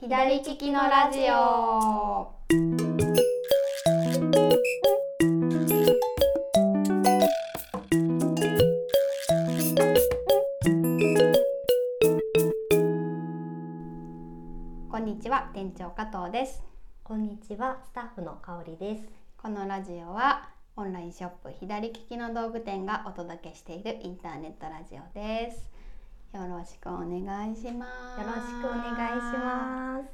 左利きのラジオ。こんにちは、店長加藤です。こんにちは、スタッフの香りです。このラジオはオンラインショップ左利きの道具店がお届けしているインターネットラジオです。よろしくお願いします。よろしくお願いす。します。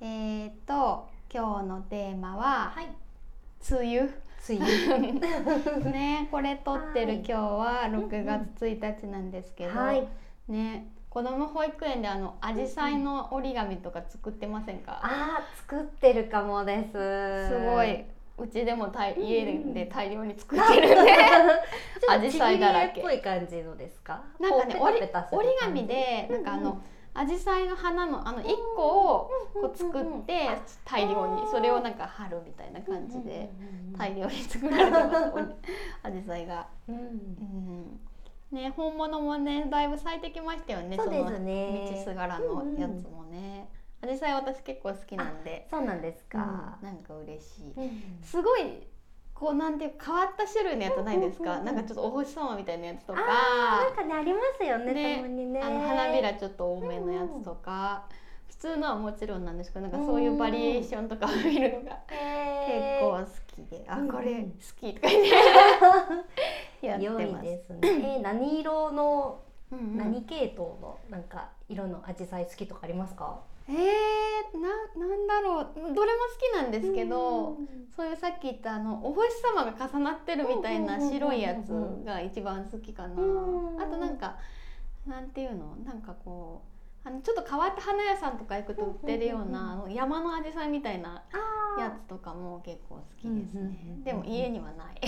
えーと今日のテーマは、い、梅雨。つい はねこれ撮ってはるい今日は6月1日なんですけど、い、ね子ども保育園であの紫陽花の折り紙とか作ってませんか、あー、作ってるかもですす。すごい。うちでも大ん家で大量に作って るね紫陽花だらけっぽい感じのですか。なんかねこう折ペりタペタする折り感じ紙。でなんかあうんうの紫陽花の花のあの1個をこう作うっんうんうんて大量にそれをなんか貼るみたいな感じで大量に作られて ます紫陽花が。うんうんうん。うん、ね本物もねだいぶ咲いてきましたよねそうでのすね道すがらのやつもね、アジサイ私結構好きなんで、そうなんですうんか。なんか嬉しい、うんすごいこうなんていうか変わった種類のやつないですか、うんうんうんなんかちょっとお星様みたいなやつとかあーなんかねありますよねねたまにねあの花びらちょっと多めのやつとか、普通のはもちろんなんですけどなんかそういうバリエーションとかを見るのが結へ構ー好きで、あこれうんう好んきとか言ってや って良います。ですね。 えー、何色のうんうん何系統のなんか色の紫陽花好きとかありますか？えー、ななんだろうどれも好きなんですけど、うんそういうさっき言ったあのお星様が重なってるみたいなうんうんうんうんうん白いやつが一番好きかな、うんあとなんかなんていうのなんかこうあのちょっと変わった花屋さんとか行くと売ってるような、うんあの山のアジサイみたいなあーやつとかも結構好きですね、うんうんうんうんでも家にはない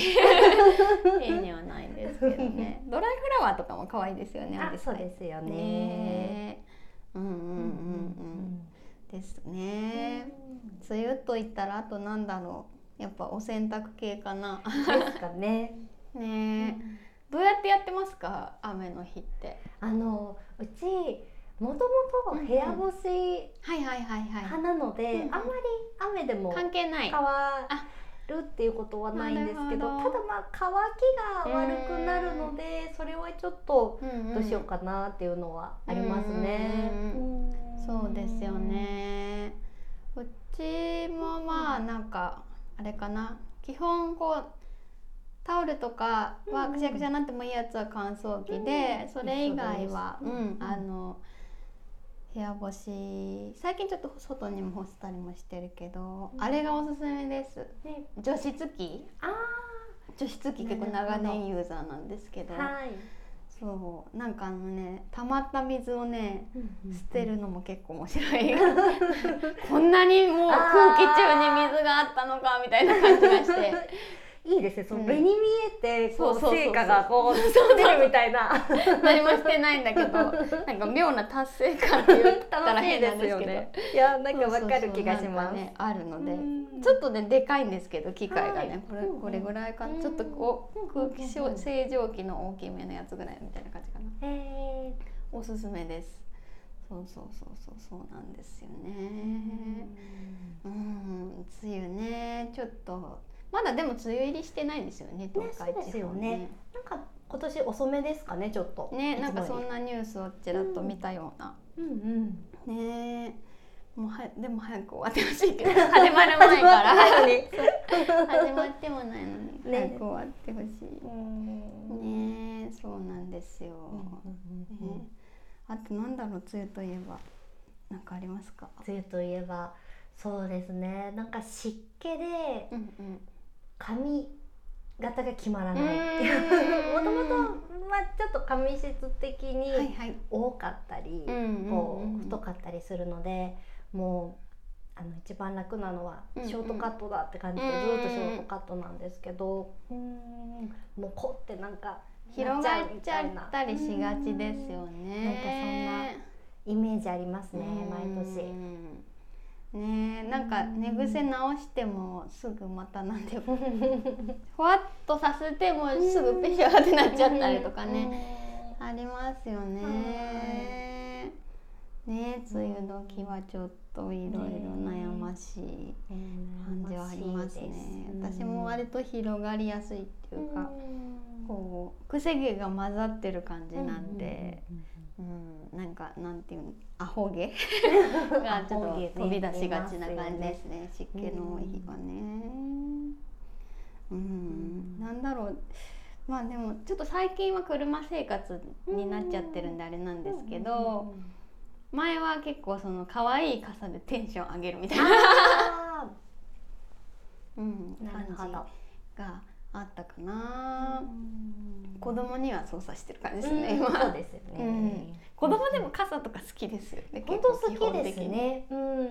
家にはないんですけどねドライフラワーとかも可愛いですよねアあジそサうイですよね。ねうんうんうんうんですね。梅雨と言ったらあとなんだろう。やっぱお洗濯系かな。ですかね。ねえ、どうやってやってますか雨の日って。あのうちもともと部屋干しはいはいはいは派なので、うんうんあんまり雨でもい。関係ない。乾るっていうことはないんですけどなるほどただまあ乾きが悪くなるのでそれはちょっとうんんどうしよう。かなっていうのはありますね。うそうですよね。うちもまあなんかあれかな。基本こうタオルとかはうんくしゃくしゃになってもいいやつは乾燥機で、うんそれ以外は、う一緒ですんうんあの部屋干し最近ちょっと外にも干したりもしてるけど、うんあれがおすすめですね除湿機あ除湿機結構なる長ほど年ユーザーなんですけどーはい。そうなんかあのね溜まった水をね捨てるのも結構面白 いこんなにもう空気中に水があったのかみたいな感じがして いいですね。そのうん目に見えてそうこうそうそうそう成果がこう出るみたいな。 何もしてないんだけどなんか妙な達成感って言ったら楽しい変なでんすですよけどね。いやなんかわそかうるそうそう気がしなんまかす。ねあるので、うんちょっとねでかいんですけど機械がね、はいこれうんうんこれぐらいかな、うんちょっとこう空気うんう清んうん清浄機の大きめのやつぐらいみたいな感じかなへえ。おすすめですそうそうそうそうそうなんですようんねうん梅雨ねちょっとまだでも梅雨入りしてないんですよね東海そうです地よ方ねねなんか今年遅めですかねちょっと。ねなんかそいつんもなニュースをちらっと見たような、より。うんうん。ねもうはでも早く終わってほしいけど 始まる前から始まってないのに 始まってもないのにね早く終わってほし ういんねえそうなんですよ、うんうんうんねあとなんだろう梅雨といえばなんかありますか梅雨といえばそうですね。なんか湿気でうんうん髪型が決まらうない。ーん もともとまあちょっと髪質的にはいはい多かったり、こう太かったりするのでもうあの一番楽なのはうんうんショートカットだって感じでうんずうんうんっとショートカットなんですけどうんもうこってなんか広がっなちゃみいなったりしがちですよねうんイメージありますね毎う年んねえなんか寝癖直してもすぐまたなんていうか ふわっとさせてもすぐペシャーってなっちゃったりとかねねありますよねねえ梅雨時はちょっといろいろ悩ましい感じはありますね。私も割と広がりやすいっていうか、こう癖毛が混ざってる感じなんで、うんなんかなんていうのアホ毛がちょっと飛び出しがちな感じですね。湿気の多い日はね。うん、なんだろう。まあでもちょっと最近は車生活になっちゃってるんであれなんですけど、前は結構その可愛い傘でテンション上げるみたいな、あ うん、ーな感るじほどが。あったかな、うん子供には操作してる感じですうね、ん今そうですよね。うん子供でも傘とか好きですよね本当好きですね。うん、降っ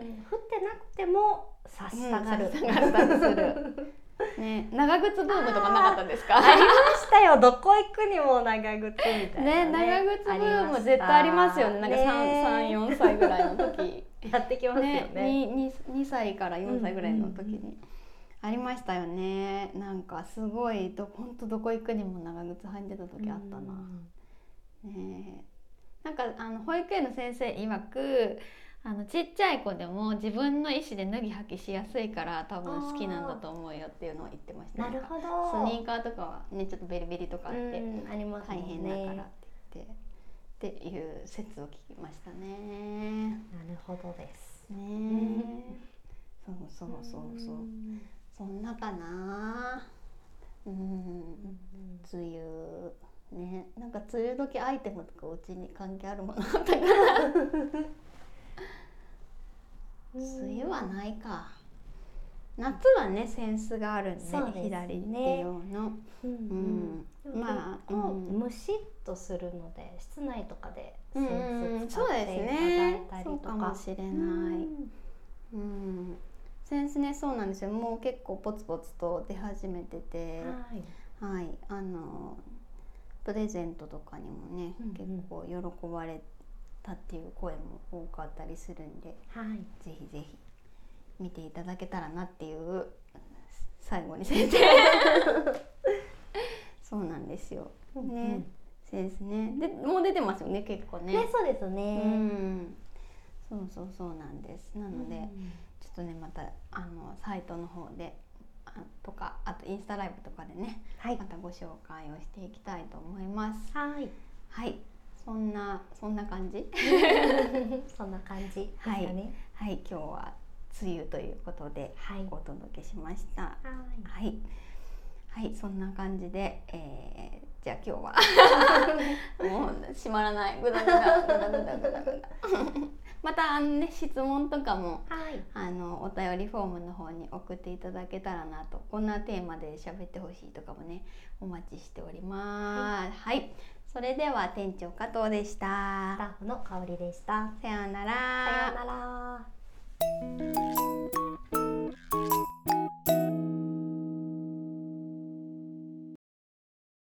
てなくてもさしたがる。うん察したがる察する結構基本的にね長靴ブームとかなかったですかありましたよ。どこ行くにも長靴みたいなねね。長靴ブーム絶対ありますよねなんかね三三四歳ぐらいの時やってきますよねね。 二二二歳から四歳ぐらいの時に、ありましたよねなんかすごいど本当どこ行くにも長靴履いてた時あったな、ねえなんかあの保育園の先生曰くあのちっちゃい子でも自分の意思で脱ぎ履きしやすいから多分好きなんだと思うよっていうのを言ってましたなるんかほど。スニーカーとかはねちょっとベリベリとかあってうんありますも大んね変だからって言って、っていう説を聞きましたね。なるほどです。ねえそうそうそうそう、んそんなかなうん梅雨ねなんか梅雨時アイテムとかうちに関係あるものあったかな梅雨はないか夏はねセンスがあるんでそうですね左手用の、うんううんんまあ、う、こうんむしっとするので室内とかでう扇んうんうん子使そっうてですいたねだいたそりうとかかもしれうないんうん、センスねそうなんですよもう結構ポツポツと出始めてて、はいはい、あのプレゼントとかにもね、うんうん結構喜ばれたっていう声も多かったりするんではいぜひぜひ見ていただけたらなっていう最後に先生そうなんですよ。ね、うんうんそうですね。でもう出てますよね結構ね。ねそうですうねん、そうそうそうなんです。なので、うんちょっとねまたあのサイトの方であとかあとインスタライブとかでねはいまたご紹介をしていきたいと思います。はい はい、そんなそんな感じ。そんな感じですかねはい、今日は梅雨ということではいお届けしました。ははい、はい、そんな感じで、えー、じゃあ今日はもう閉まらない。ぐだぐだぐだぐだぐだぐだ。 またあのね質問とかも。い はいあのお便りフォームの方に送っていただけたらなとこんなテーマで喋ってほしいとかもねお待ちしております。はい、それでは店長加藤でしスタた。ッフの香りでしたさようなら。さようなら